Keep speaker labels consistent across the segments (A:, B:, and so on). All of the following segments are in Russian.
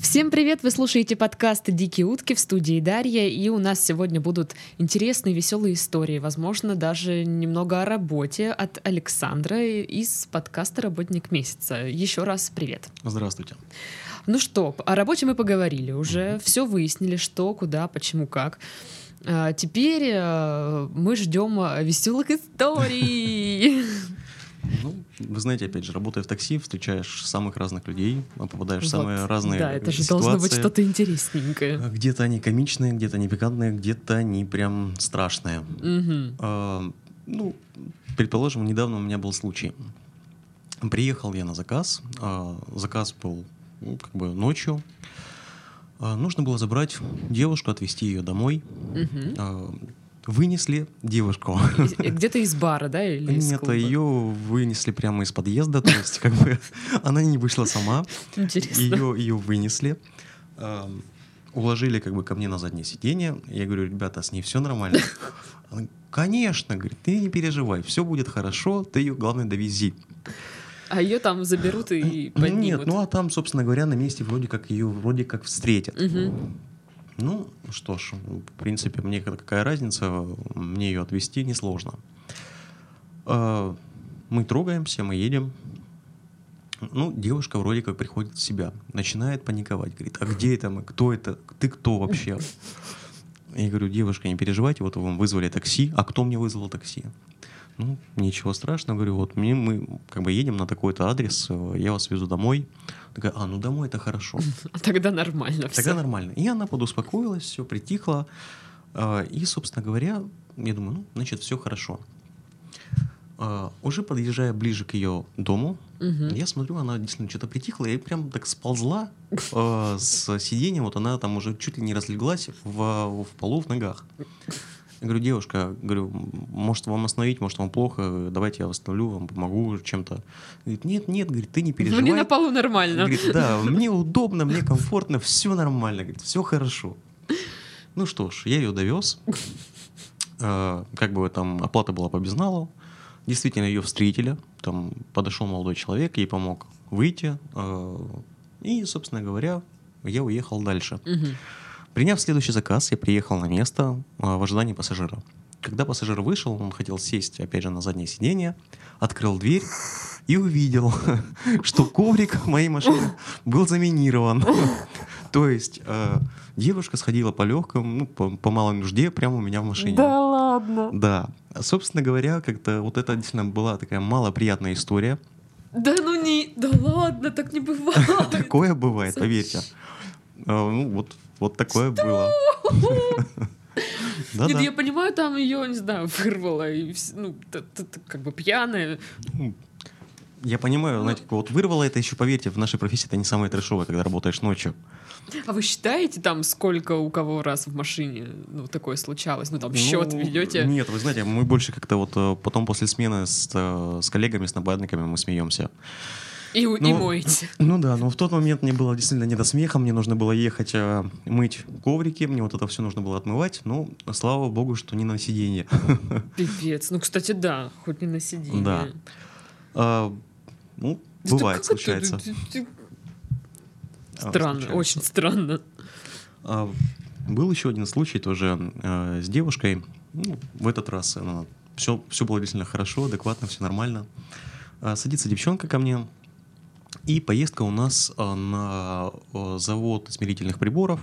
A: Всем привет! Вы слушаете подкаст «Дикие утки» в студии Дарья, и у нас сегодня будут интересные, веселые истории, возможно, даже немного о работе от Александра из подкаста «Работник месяца». Еще раз привет!
B: Здравствуйте.
A: Ну что, о работе мы поговорили уже, все выяснили, что, куда, почему, как. А, Теперь э, мы ждем э, веселых историй.
B: Ну, вы знаете, опять же, работая в такси, встречаешь самых разных людей, а попадаешь в самые
A: Вот.
B: разные
A: Да, это же
B: ситуации.
A: должно быть что-то интересненькое.
B: А Где-то они комичные, где-то они пикантные, где-то они прям страшные.
A: Мгм.
B: А, ну, предположим, недавно у меня был случай. Приехал я на заказ. а, заказ был ну, как бы ночью. А, нужно было забрать девушку, отвезти ее домой.
A: Мгм.
B: А, вынесли девушку.
A: Из- э, Где-то из бара, да? Или из
B: Нет,
A: клуба?
B: ее вынесли прямо из подъезда, то есть как бы она не вышла сама,
A: Интересно.
B: ее ее вынесли, эм, уложили как бы ко мне на заднее сиденье. Я говорю, ребята, с ней все нормально. Она, Конечно, говорит, ты не переживай, все будет хорошо, ты ее главное довези.
A: А ее там заберут и
B: Ну,
A: поднимут.
B: Нет, ну а там, собственно говоря, на месте вроде как ее вроде как встретят.
A: Мгм.
B: Ну, что ж, в принципе, мне как- какая разница, мне ее отвезти несложно. Э, Мы трогаемся, мы едем. Ну, девушка вроде как приходит в себя, начинает паниковать, говорит, а где это мы, кто это, ты кто вообще? Я говорю, девушка, не переживайте, вот вам вызвали такси, а кто мне вызвал такси? Ну, ничего страшного, говорю, вот мне, мы как бы едем на такой-то адрес, э, я вас везу домой. Такая, а, ну домой это хорошо.
A: А Тогда нормально
B: Тогда
A: все.
B: нормально. И она подуспокоилась, все притихло. Э, И, собственно говоря, я думаю, ну, значит, все хорошо. Э, Уже подъезжая ближе к ее дому, я смотрю, она действительно что-то притихла и прям так сползла э, с сиденья. Вот она там уже чуть ли не разлеглась в, в полу в ногах. Я говорю, девушка, говорю, может вам остановить, может вам плохо, давайте я восстановлю, вам помогу чем-то. Говорит, нет, нет, говорит, ты не переживай.
A: Мне Ну, на полу нормально.
B: Говорит, да, мне удобно, мне комфортно, все нормально, говорит, все хорошо. Ну что ж, я ее довез. Э, Как бы там оплата была по безналу. Действительно, ее встретили. Там подошел молодой человек, ей помог выйти. Э, И, собственно говоря, я уехал дальше.
A: Мгм.
B: Приняв следующий заказ, я приехал на место а, в ожидании пассажира. Когда пассажир вышел, он хотел сесть, опять же, на заднее сиденье, открыл дверь и увидел, что коврик моей машины был заминирован. То есть э, девушка сходила по легкому, ну, по, по малой нужде, прямо у меня в машине.
A: ладно.
B: Да. Собственно говоря, как-то вот это действительно была такая малоприятная история.
A: Да ну не... Да ладно, так не бывает.
B: Такое бывает, поверьте. Э, Ну, вот, вот такое было.
A: Нет,
B: Да-да.
A: я понимаю, там ее, не знаю, вырвало, и вс- ну, т- т- т- как бы пьяная.
B: Я
A: Ну.
B: понимаю, знаете, вот вырвало это еще, поверьте, в нашей профессии это не самое трешовое, когда работаешь ночью.
A: А вы считаете там, сколько у кого раз в машине ну, такое случалось? Ну, там
B: Ну,
A: счет ведете?
B: Нет, вы знаете, мы больше как-то вот э, потом после смены с, э, с коллегами, с напарниками мы смеемся.
A: И, у- и
B: ну,
A: моете.
B: Ну да, но в тот момент мне было действительно не до смеха, мне нужно было ехать э, мыть коврики, мне вот это все нужно было отмывать, но слава богу, что не на сиденье.
A: Пипец. Ну, кстати, да, хоть не на сиденье.
B: Да. А, Ну,
A: Да
B: бывает,
A: как это?
B: случается.
A: Ты- ты-
B: А,
A: Странно,
B: случается.
A: очень странно.
B: А, Был еще один случай тоже э, с девушкой. Ну, в этот раз она, все, все было действительно хорошо, адекватно, все нормально. А, Садится девчонка ко мне. И поездка у нас а, на э, завод измерительных приборов.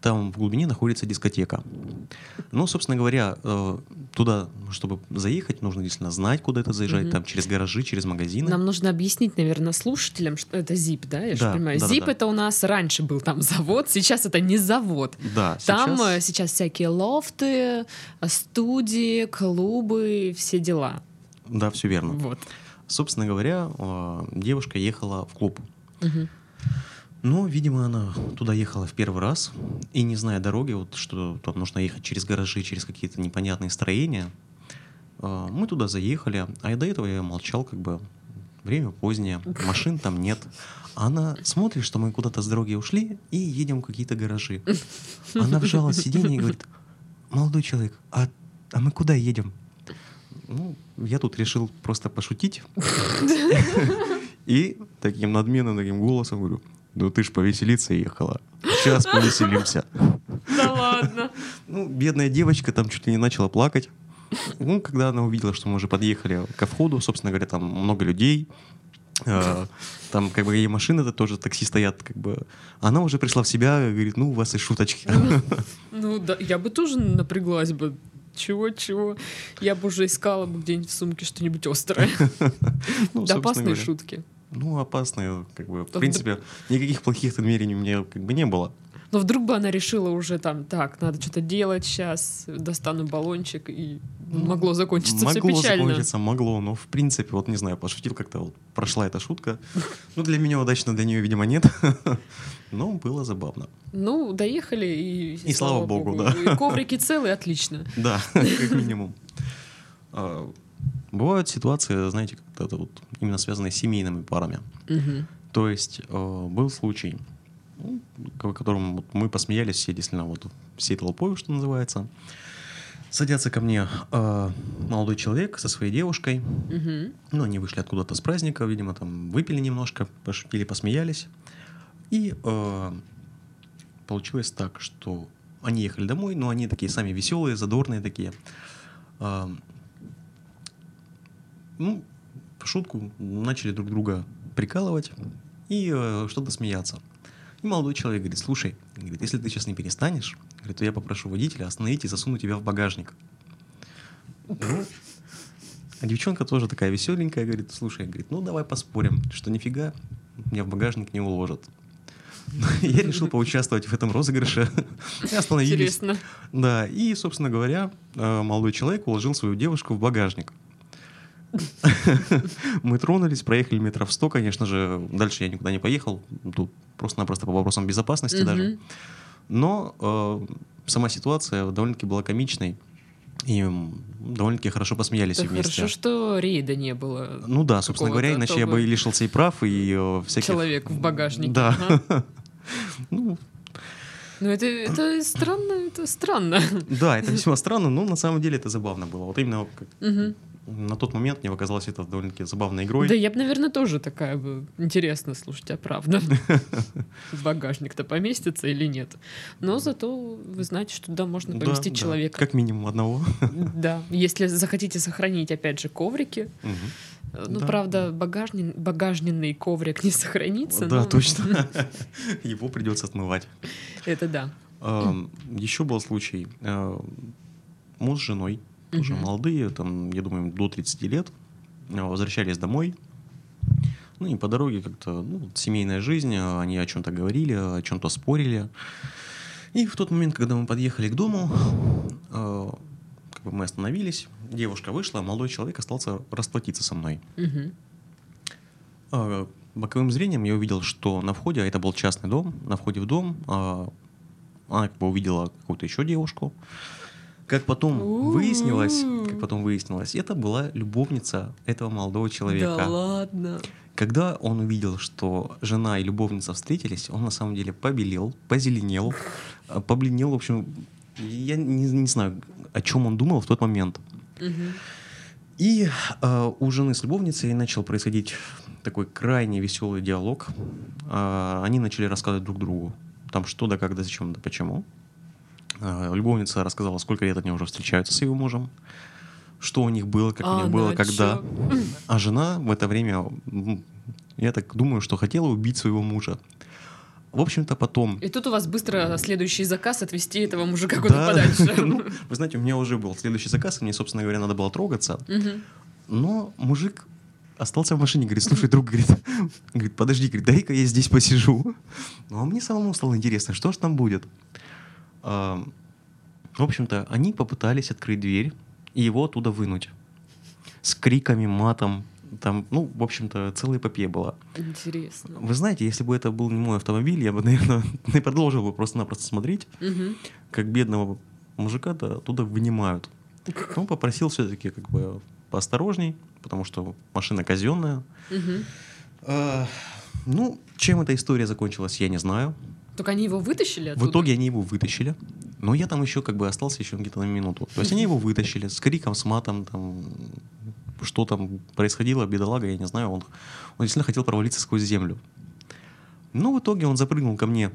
B: Там в глубине находится дискотека. Ну, собственно говоря, э, туда, чтобы заехать, нужно действительно знать, куда это заезжать.
A: Мгм.
B: Там через гаражи, через магазины.
A: Нам нужно объяснить, наверное, слушателям, что это ЗИП, да? Я же
B: Да,
A: понимаю.
B: да, да,
A: ЗИП
B: да.
A: это у нас раньше был там завод, сейчас это не завод.
B: Да,
A: Там
B: сейчас-
A: э, сейчас всякие лофты, э, студии, клубы, все дела.
B: Да, все верно.
A: Вот.
B: Собственно говоря, э, девушка ехала в клуб.
A: Мгм.
B: Но, Ну, видимо, она туда ехала в первый раз и не зная дороги, вот что там нужно ехать через гаражи, через какие-то непонятные строения. э, Мы туда заехали, а и до этого я молчал, как бы время позднее, машин там нет. А Она смотрит, что мы куда-то с дороги ушли и едем в какие-то гаражи. Она вжала сиденье и говорит, молодой человек, а, а мы куда едем? Ну, я тут решил просто пошутить. И таким надменным таким голосом говорю, Ну ты ж повеселиться ехала. Сейчас повеселимся.
A: Да ладно.
B: Ну, бедная девочка там чуть ли не начала плакать. Ну, когда она увидела, что мы уже подъехали ко входу, собственно говоря, там много людей, э, там как бы и машины-то тоже такси стоят, как бы. Она уже пришла в себя, говорит, ну, у вас и шуточки.
A: Ну да, я бы тоже напряглась бы. Чего-чего? Я бы уже искала бы где-нибудь в сумке что-нибудь острое.
B: Ну,
A: Да
B: собственно
A: опасные
B: говоря.
A: шутки.
B: Ну, опасные, как бы, в
A: Да.
B: принципе, никаких плохих намерений у меня как бы не было.
A: Но вдруг бы она решила уже там, так, надо что-то делать сейчас, достану баллончик, и могло закончиться все
B: Ну, могло
A: печально.
B: закончиться, могло, но в принципе, вот не знаю, пошутил как-то, вот прошла эта шутка. Ну, для меня удачно, для нее, видимо, нет. Но было забавно.
A: Ну, доехали, и,
B: И слава богу, да.
A: И коврики целые, отлично.
B: Да, как минимум. А, Бывают ситуации, знаете, как это вот именно связанные с семейными парами. То есть э, был случай, ну, к которому вот мы посмеялись все действительно вот всей толпой, что называется. Садятся ко мне э, молодой человек со своей девушкой.
A: Мгм.
B: Ну, они вышли откуда-то с праздника, видимо, там выпили немножко, пошутили, посмеялись. И э, получилось так, что они ехали домой, но они такие сами веселые, задорные такие. Э, ну, в шутку начали друг друга прикалывать и э, что-то смеяться. И молодой человек говорит, слушай, говорит, если ты сейчас не перестанешь, говорит, то я попрошу водителя остановить и засуну тебя в багажник. Ну, а девчонка тоже такая веселенькая, говорит, слушай, говорит, ну давай поспорим, что нифига меня в багажник не уложат. Я решил поучаствовать в этом розыгрыше. И Остановились.
A: Интересно.
B: Да, и, собственно говоря, э, молодой человек уложил свою девушку в багажник. Мы тронулись, проехали метров 100, конечно же. Дальше я никуда не поехал. Тут просто-напросто по вопросам безопасности даже.
A: Мгм.
B: Но э, сама ситуация довольно-таки была комичной. И м, довольно-таки хорошо посмеялись
A: Да
B: все вместе.
A: Хорошо, что рейда не было.
B: Ну да, собственно
A: какого-то
B: говоря, иначе я
A: особо-
B: бы и лишился и прав, и э, всяких...
A: Человек в багажнике.
B: Да.
A: Ага.
B: Ну,
A: Ну, это, это странно, это странно.
B: да, это весьма странно, но на самом деле это забавно было. Вот именно как
A: Мгм.
B: На тот момент мне показалось это довольно-таки забавной игрой.
A: Да я бы, наверное, тоже такая бы. Интересно, слушать, а правда? В Багажник-то поместится или нет? Но зато вы знаете, что туда можно
B: Да,
A: поместить
B: да.
A: человека.
B: Как минимум одного.
A: Да, если захотите сохранить, опять же, коврики.
B: Мгм.
A: Э, Ну,
B: Да.
A: правда, багажнин, багажненный коврик не сохранится. ну,
B: Да,
A: но
B: точно. Его придется отмывать.
A: Это да.
B: Эм, Еще был случай. э, Муж с женой, уже
A: Мгм.
B: молодые, там, я думаю, до 30 лет, э, возвращались домой. Ну и по дороге как-то, ну, вот семейная жизнь, э, они о чем-то говорили, о чем-то спорили. И в тот момент, когда мы подъехали к дому, э, как бы мы остановились, девушка вышла, а молодой человек остался расплатиться со мной.
A: Мгм.
B: А, Боковым зрением я увидел, что на входе, а это был частный дом, на входе в дом а, она как бы увидела какую-то еще девушку. Как потом
A: У-у-у.
B: выяснилось, как потом выяснилось, это была любовница этого молодого человека.
A: Да ладно.
B: Когда он увидел, что жена и любовница встретились, он на самом деле побелел, позеленел, а, побледнел. В общем, я не, не знаю, о чем он думал в тот момент.
A: Мгм.
B: И э, у жены с любовницей начал происходить такой крайне веселый диалог. Э, они начали рассказывать друг другу, там что да как да зачем да почему. Э, любовница рассказала, сколько лет они уже встречаются с его мужем, что у них было, как у них было,
A: Она
B: когда.
A: А, ну чё?
B: А жена в это время, м, я так думаю, что хотела убить своего мужа. В общем-то потом.
A: И тут у вас быстро следующий заказ отвезти этого мужика
B: Да.
A: куда
B: Ну,
A: подальше.
B: вы знаете, у меня уже был следующий заказ, и мне, собственно говоря, надо было трогаться.
A: Мгм.
B: Но мужик остался в машине, говорит, слушай, друг, говорит, говорит подожди, говорит, дай-ка я здесь посижу. Ну, а мне самому стало интересно, что же там будет. А, В общем-то, они попытались открыть дверь и его оттуда вынуть. С криками, матом, там, ну, в общем-то, целая эпопея была.
A: Интересно.
B: Вы знаете, если бы это был не мой автомобиль, я бы, наверное, не продолжил бы просто-напросто смотреть,
A: Мгм.
B: как бедного мужика-то оттуда вынимают. Он попросил все-таки как бы поосторожней, потому что машина казенная.
A: Мгм.
B: Ну, чем эта история закончилась, я не знаю.
A: Только они его вытащили
B: В
A: оттуда?
B: итоге они его вытащили. Но я там еще как бы остался еще где-то на минуту. То есть они его вытащили с криком, с матом, там, что там происходило, бедолага, я не знаю. Он, он действительно хотел провалиться сквозь землю. Ну, в итоге он запрыгнул ко мне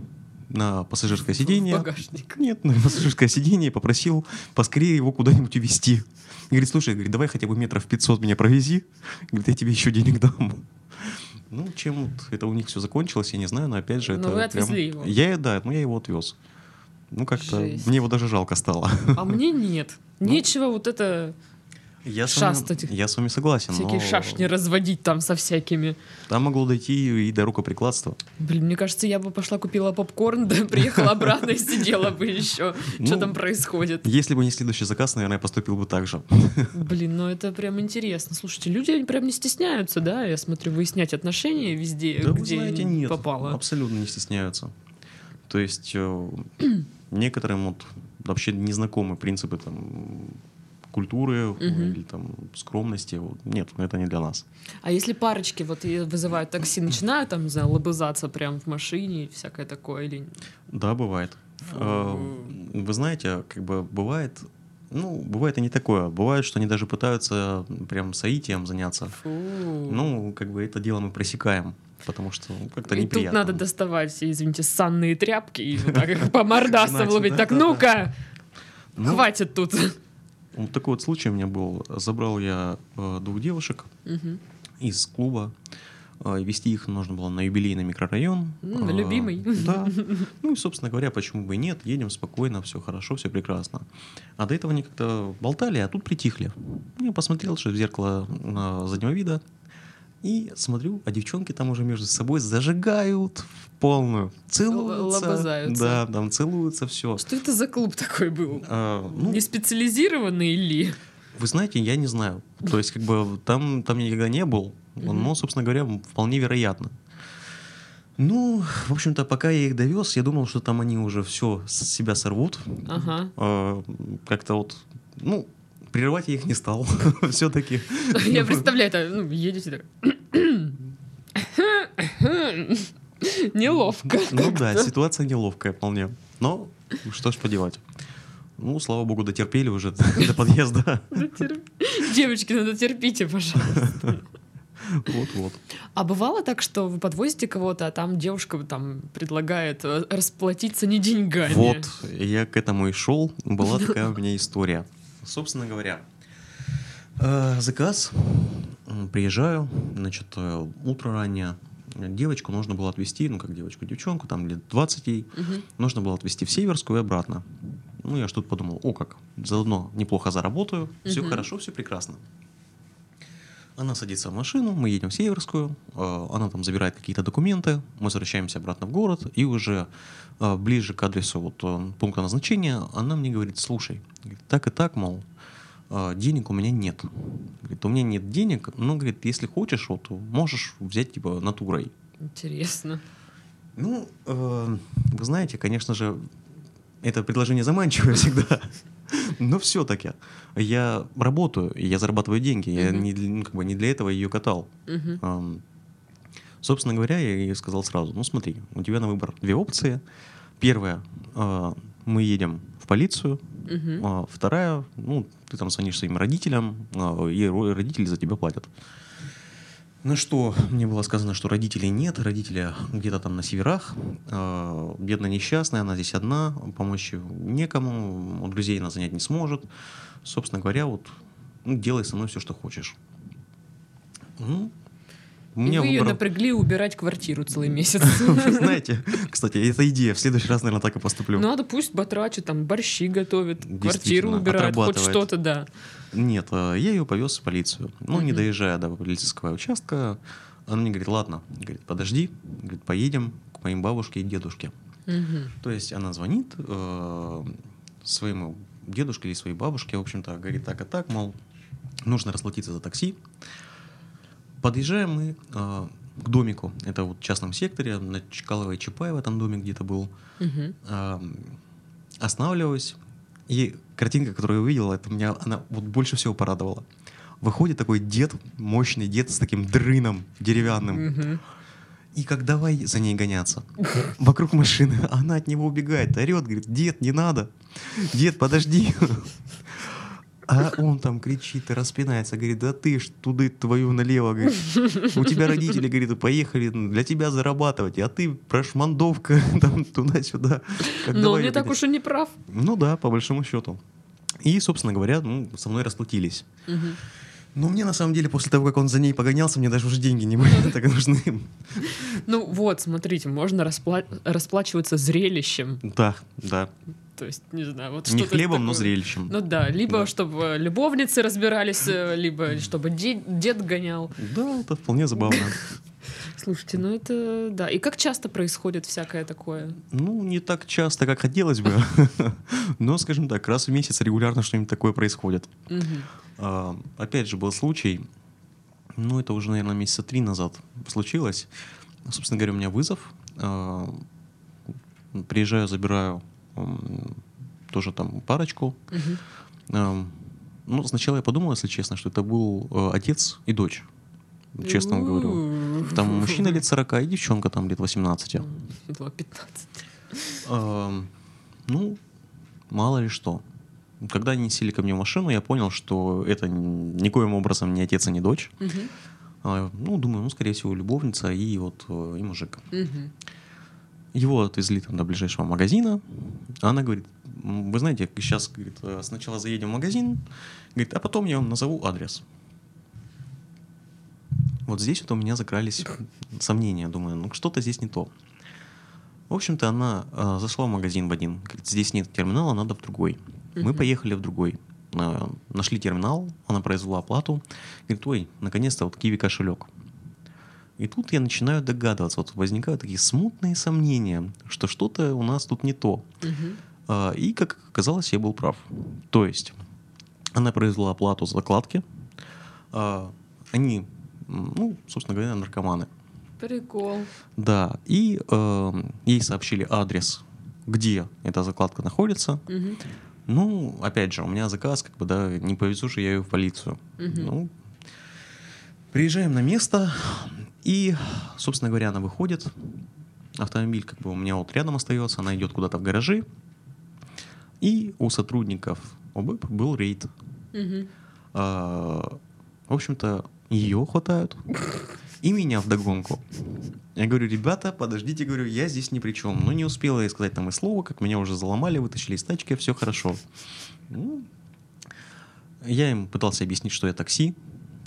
B: на пассажирское сиденье.
A: В багажник.
B: Нет, на пассажирское сиденье и попросил поскорее его куда-нибудь увезти. И говорит, слушай, говорит, давай хотя бы метров 500 меня провези. Говорит, я тебе еще денег дам. Ну, чем вот это у них все закончилось, я не знаю, но опять же...
A: Но
B: это
A: Ну, вы
B: прям-
A: отвезли его.
B: Я, да, ну я его отвез. Ну, как-то
A: Жесть.
B: мне его даже жалко стало.
A: А мне нет.
B: Ну.
A: Нечего вот это
B: Я с,
A: Шастать
B: вами,
A: их.
B: я с вами согласен,
A: всякие
B: но
A: шашни разводить там со всякими.
B: там могло дойти и до рукоприкладства.
A: Блин, мне кажется, я бы пошла купила попкорн, да приехала обратно и сидела бы еще. Что
B: Ну.
A: там происходит?
B: Если бы не следующий заказ, наверное, я поступил бы так же.
A: Блин, ну это прям интересно. Слушайте, люди они прям не стесняются, да? Я смотрю, выяснять отношения везде,
B: Да вы
A: где
B: знаете,
A: им
B: нет,
A: попало.
B: абсолютно не стесняются. То есть э, некоторым вот вообще незнакомы принципы там культуры или там скромности. Вот, нет, ну, это не для нас.
A: А если парочки вот и вызывают такси, начинают там, не знаю, лобызаться прям в машине и всякое такое, или...
B: Да, бывает.
A: Ну,
B: Э, Вы знаете, как бы бывает, ну, бывает и не такое. Бывает, что они даже пытаются прям соитием заняться.
A: Фу.
B: Ну, как бы это дело мы просекаем, потому что ну, как-то
A: и тут
B: неприятно.
A: надо доставать, извините, санные тряпки и вот так их по мордасам
B: Иначе,
A: ловить.
B: да,
A: Так,
B: да, да.
A: ну-ка,
B: Ну,
A: хватит тут.
B: Вот такой вот случай у меня был. Забрал я э, двух девушек
A: Мгм.
B: из клуба. Э, Вести их нужно было на юбилейный микрорайон.
A: М,
B: Э,
A: любимый.
B: Да. Ну и, собственно говоря, почему бы и нет. Едем спокойно, все хорошо, все прекрасно. А до этого они как-то болтали, а тут притихли. Я посмотрел, что в зеркало э, заднего вида. И смотрю, а девчонки там уже между собой зажигают в полную. Целуются.
A: лобызаются.
B: Да, там целуются, А, все.
A: Что это за клуб такой был?
B: Ну,
A: Не специализированный ли?
B: Вы знаете, я не знаю. То есть, как бы там, там я никогда не был,
A: Мгм.
B: но, собственно говоря, вполне вероятно. Ну, в общем-то, пока я их довез, я думал, что там они уже все с себя сорвут.
A: Ага.
B: Э, Как-то вот, ну, прерывать я их не стал. Все-таки.
A: Я представляю, это, ну, едете так. Неловко.
B: Ну да, ситуация неловкая вполне. Но что ж поделать. Ну, слава богу, дотерпели уже до подъезда.
A: Девочки, надо терпите, пожалуйста.
B: Вот-вот.
A: А бывало так, что вы подвозите кого-то, а там девушка вот там предлагает э, расплатиться не деньгами.
B: Вот, я к этому и шел. Была такая у меня история. Собственно говоря, э, заказ. М, Приезжаю, значит, э, утро раннее. Девочку нужно было отвезти, ну как девочку, девчонку, там лет 20 ей.
A: Мгм.
B: Нужно было отвезти в Северскую и обратно. Ну, я что-то подумал, о как, заодно неплохо заработаю, все
A: Мгм.
B: хорошо, все прекрасно. Она садится в машину, мы едем в Северскую, э, она там забирает какие-то документы, мы возвращаемся обратно в город, и уже э, ближе к адресу вот, э, пункта назначения она мне говорит, слушай, говорит, так и так, мол, э, денег у меня нет. Говорит, у меня нет денег, но, говорит, если хочешь, вот можешь взять, типа, натурой.
A: Интересно.
B: Ну, э, вы знаете, конечно же, это предложение заманчивое всегда. Но все-таки я работаю, и я зарабатываю деньги. Я
A: Мгм.
B: не, для- ну, как бы не для этого ее катал.
A: Мгм.
B: Эм, собственно говоря, я ей сказал сразу, ну смотри, у тебя на выбор две опции. Первая, э, мы едем в полицию.
A: Мгм.
B: А, вторая, ну, ты там звонишь своим родителям, а, и ро- родители за тебя платят. Ну что, мне было сказано, что родителей нет, родители где-то там на северах, а, бедная несчастная, она здесь одна, помочь ей некому, у друзей она занять не сможет. Собственно говоря, вот ну, делай со мной все, что хочешь. Ну, у
A: И
B: меня
A: вы ее
B: выбора-
A: напрягли убирать квартиру целый месяц.
B: Вы знаете, кстати, это идея, в следующий раз, наверное, так и поступлю.
A: Надо пусть батрачит, а, там борщи готовит, квартиру
B: Действительно,
A: убирает, хоть
B: отрабатывает.
A: что-то, да.
B: Нет, э, я ее повез в полицию. Ну, не
A: Мгм.
B: доезжая до полицейского участка, она мне говорит, ладно, говорит, подожди, говорит, поедем к моим бабушке и дедушке.
A: Мгм.
B: То есть она звонит э, своему дедушке или своей бабушке, в общем-то, говорит так и так, мол, нужно расплатиться за такси. Подъезжаем мы э, к домику, это вот в частном секторе, на Чкалова и Чапаева, там домик где-то был.
A: Мгм.
B: Ам, останавливаюсь, и картинка, которую я увидел, это меня она вот больше всего порадовала. Выходит такой дед, мощный дед с таким дрыном деревянным,
A: Мгм.
B: и как давай за ней гоняться. Вокруг машины, а она от него убегает, орет, говорит, дед, не надо, дед, подожди. А он там кричит и распинается, говорит, да ты ж туды твою налево, говорит. У тебя родители, говорит, поехали для тебя зарабатывать, а ты прошмандовка там туда-сюда. Как
A: Но
B: давай
A: он Ну, не
B: я,
A: так
B: говорит.
A: уж и не прав.
B: Ну да, по большому счету. И, собственно говоря, ну, со мной расплатились.
A: Мгм.
B: Но Ну, мне, на самом деле, после того, как он за ней погонялся, мне даже уже деньги не были так нужны.
A: Ну вот, смотрите, можно распла- расплачиваться зрелищем.
B: Да, да.
A: То есть, не знаю, вот
B: Не
A: что-то
B: хлебом, но
A: такое.
B: зрелищем.
A: Ну да, либо
B: Да.
A: чтобы любовницы разбирались, э, либо чтобы де- дед гонял.
B: Да, это вполне забавно.
A: Слушайте, ну это да. И как часто происходит всякое такое?
B: Ну, не так часто, как хотелось бы, но, скажем так, раз в месяц регулярно что-нибудь такое происходит.
A: Мгм.
B: А, Опять же, был случай, ну, это уже, наверное, месяца три назад случилось. Собственно говоря, у меня вызов. А, Приезжаю, забираю м, тоже там парочку.
A: Мгм.
B: Ам, Ну, сначала я подумал, если честно, что это был э, отец и дочь. Честно вам говорю.
A: У-у-у.
B: Там мужчина лет 40 и девчонка там лет 18.
A: Было 15.
B: Эм, Ну, мало ли что. Когда они сели ко мне в машину, я понял, что это н- никоим образом не отец и не дочь.
A: Мгм.
B: А, Ну, думаю, ну, скорее всего, любовница и вот э, и мужик.
A: Мгм.
B: Его отвезли там до ближайшего магазина. Она говорит, «М, вы знаете, сейчас говорит, э, сначала заедем в магазин, говорит, а потом я вам назову адрес. Вот здесь вот у меня закрались сомнения. Думаю, ну что-то здесь не то. В общем-то, она э, зашла в магазин в один. Говорит, здесь нет терминала, надо в другой. Мы
A: Мгм.
B: поехали в другой. Э, нашли терминал, она произвела оплату. Говорит, ой, наконец-то вот киви кошелек. И тут я начинаю догадываться, вот возникают такие смутные сомнения, что что-то у нас тут не то.
A: Мгм.
B: А, И, как оказалось, я был прав. То есть, она произвела оплату за закладки. А, Они, м, ну, собственно говоря, наркоманы.
A: Прикол.
B: Да, и эм, ей сообщили адрес, где эта закладка находится.
A: Мгм.
B: Ну, опять же, у меня заказ, как бы, да, не повезу же я ее в полицию.
A: Мгм.
B: Ну, приезжаем на место, и, собственно говоря, она выходит. Автомобиль, как бы, у меня вот рядом остается, она идет куда-то в гаражи. И у сотрудников ОБЭП был рейд.
A: Мгм.
B: А, В общем-то, ее хватают и меня вдогонку. Я говорю, ребята, подождите, говорю, я здесь ни при чем. Ну, не успела я сказать там и слова, как меня уже заломали, вытащили из тачки, все хорошо. Ну, Я им пытался объяснить, что я такси,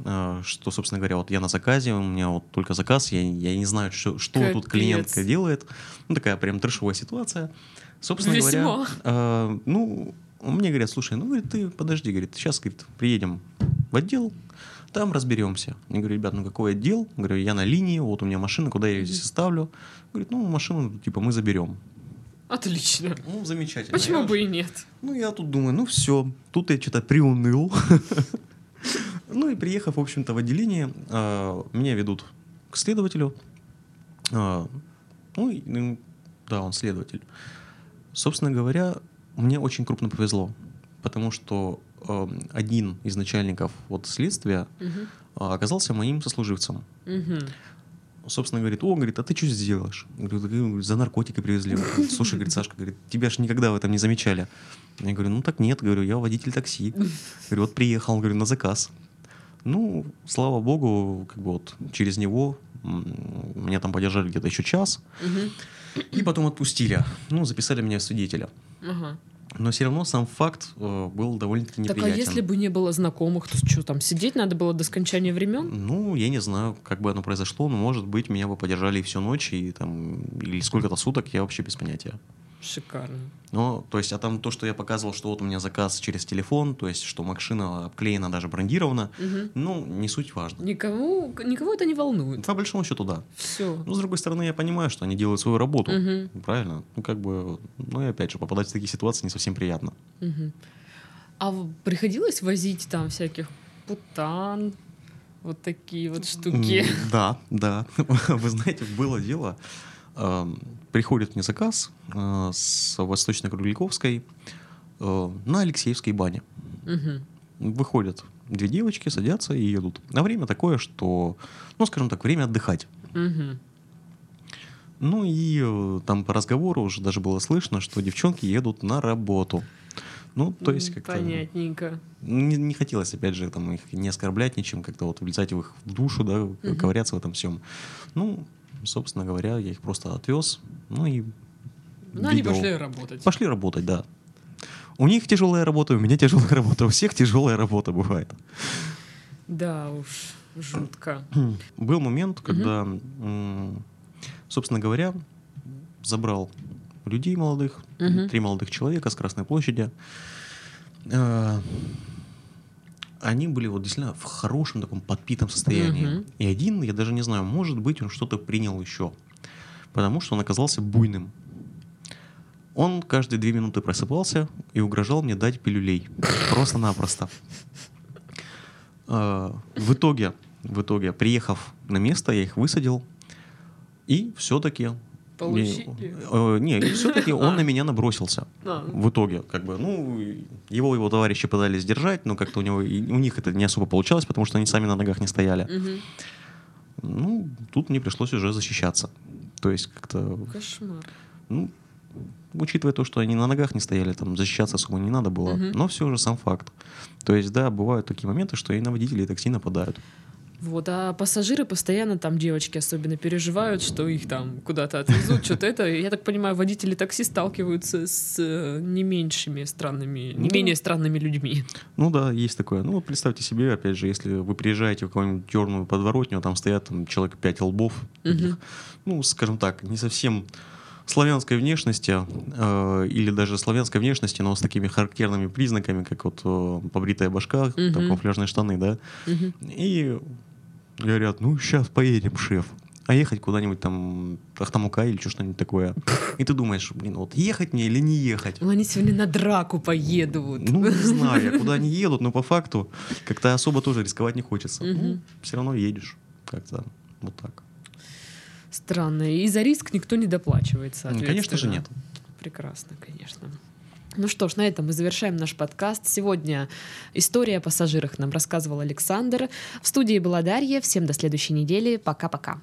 B: а, что, собственно говоря, вот я на заказе, у меня вот только заказ, я, я не знаю, что, что тут
A: Капец.
B: клиентка делает. Ну, такая прям трешовая ситуация. Собственно
A: Весьма.
B: говоря, а, ну, мне говорят, слушай, ну, говорит, ты подожди, говорит, сейчас, говорит, приедем в отдел, там разберемся. Я говорю, ребят, ну какой отдел? Говорю, я на линии, вот у меня машина, куда я ее здесь оставлю? Говорит, ну машину, типа, мы заберем.
A: Отлично.
B: Ну, замечательно.
A: Почему
B: Я-
A: бы и нет?
B: Ну, я тут думаю, ну все, тут я что-то приуныл. Ну и приехав, в общем-то, в отделение, а, меня ведут к следователю. А, Ну, и, ну, да, он следователь. Собственно говоря, мне очень крупно повезло, потому что эм, один из начальников вот следствия
A: Мгм.
B: а, оказался моим сослуживцем.
A: Мгм.
B: Собственно, говорит, о, говорит, а ты что здесь делаешь? Я Говорю, «Так, э, за наркотики привезли. Слушай, говорит, Сашка, говорит, тебя ж никогда в этом не замечали. Я говорю, ну так нет, говорю, я водитель такси. Говорю, вот приехал, говорю, на заказ. Ну, слава богу, как бы вот через него м, меня там подержали где-то еще час,
A: Мгм.
B: и потом отпустили. Ну, записали меня в свидетеля.
A: Ага.
B: Но все равно сам факт э, был довольно-таки
A: Так
B: неприятен.
A: а если бы не было знакомых, то что там сидеть надо было до скончания времен?
B: Ну, я не знаю, как бы оно произошло, но, может быть, меня бы подержали и всю ночь, и там, или сколько-то суток, я вообще без понятия.
A: Шикарно.
B: Ну, то есть, а там то, что я показывал, что вот у меня заказ через телефон, то есть, что машина обклеена, даже брендирована,
A: Мгм.
B: ну, не суть важно.
A: Никому, никого это не волнует.
B: По большому счету, да.
A: Все.
B: Ну, с другой стороны, я понимаю, что они делают свою работу. Правильно? Ну, как бы, ну и опять же, попадать в такие ситуации не совсем приятно.
A: Мгм. А в- приходилось возить там всяких путан, вот такие вот штуки?
B: М, Да, да. Вы знаете, было дело. Эм, Приходит мне заказ э, с Восточно-Кругляковской э, на Алексеевской бане.
A: Мгм.
B: Выходят две девочки, садятся и едут. На время такое, что, ну, скажем так, время отдыхать.
A: Мгм.
B: Ну и э, там по разговору уже даже было слышно, что девчонки едут на работу. Ну, то есть как-то...
A: Понятненько.
B: Не, не хотелось, опять же, там, их не оскорблять ничем, как-то вот влезать в их в душу, да,
A: Мгм.
B: ковыряться в этом всем. Ну, собственно говоря, я их просто отвез, ну и
C: Ну, они
B: двигал.
C: пошли работать.
B: Пошли работать, да. У них тяжелая работа, у меня тяжелая работа, у всех тяжелая работа бывает.
A: Да уж, жутко.
B: Был момент, когда, м, собственно говоря, забрал людей молодых,
A: Мгм.
B: три молодых человека с Красной площади. Э, Они были вот действительно в хорошем таком подпитом состоянии.
A: Мгм.
B: И один, я даже не знаю, может быть, он что-то принял еще, потому что он оказался буйным. Он каждые две минуты просыпался и угрожал мне дать пилюлей. Просто-напросто. Э, В итоге, в итоге, приехав на место, я их высадил. И все-таки...
C: Получили.
B: Не, все-таки он на меня набросился.
A: А,
B: В итоге, как бы, ну, и его его товарищи пытались держать, но как-то у него и- у них это не особо получалось, потому что они сами на ногах не стояли.
A: мгм.
B: Ну, тут мне пришлось уже защищаться. То есть как-то,
A: Кошмар.
B: ну, учитывая то, что они на ногах не стояли, там защищаться особо не надо было,
A: Мгм.
B: но все же сам факт. То есть, да, бывают такие моменты, что и на водителей такси нападают.
A: Вот, а пассажиры постоянно там, девочки особенно, переживают, что их там куда-то отвезут, что-то это. Я так понимаю, водители такси сталкиваются с э, не меньшими странными, не
B: Да.
A: менее странными людьми.
B: Ну да, есть такое. Ну вот представьте себе, опять же, если вы приезжаете в какую-нибудь черную подворотню, а там стоят там, человек пять лбов, таких,
A: Мгм.
B: ну, скажем так, не совсем славянской внешности, э, или даже славянской внешности, но с такими характерными признаками, как вот э, побритая башка, там,
A: Мгм.
B: камуфляжные штаны, да,
A: Мгм.
B: и говорят, ну, сейчас поедем, шеф. А ехать куда-нибудь там, Ахтамука или чё- что-нибудь такое. И ты думаешь, блин, вот ехать мне или не ехать?
A: Ну, они сегодня на драку поедут.
B: Ну, не знаю, я куда они едут, но по факту как-то особо тоже рисковать не хочется.
A: Мгм.
B: все равно едешь как-то вот так.
A: Странно. И за риск никто не доплачивает,
B: Ну,
A: соответственно.
B: Конечно же нет.
A: Прекрасно, конечно. Ну что ж, на этом мы завершаем наш подкаст. Сегодня история о пассажирах нам рассказывал Александр. В студии была Дарья. Всем до следующей недели. Пока-пока.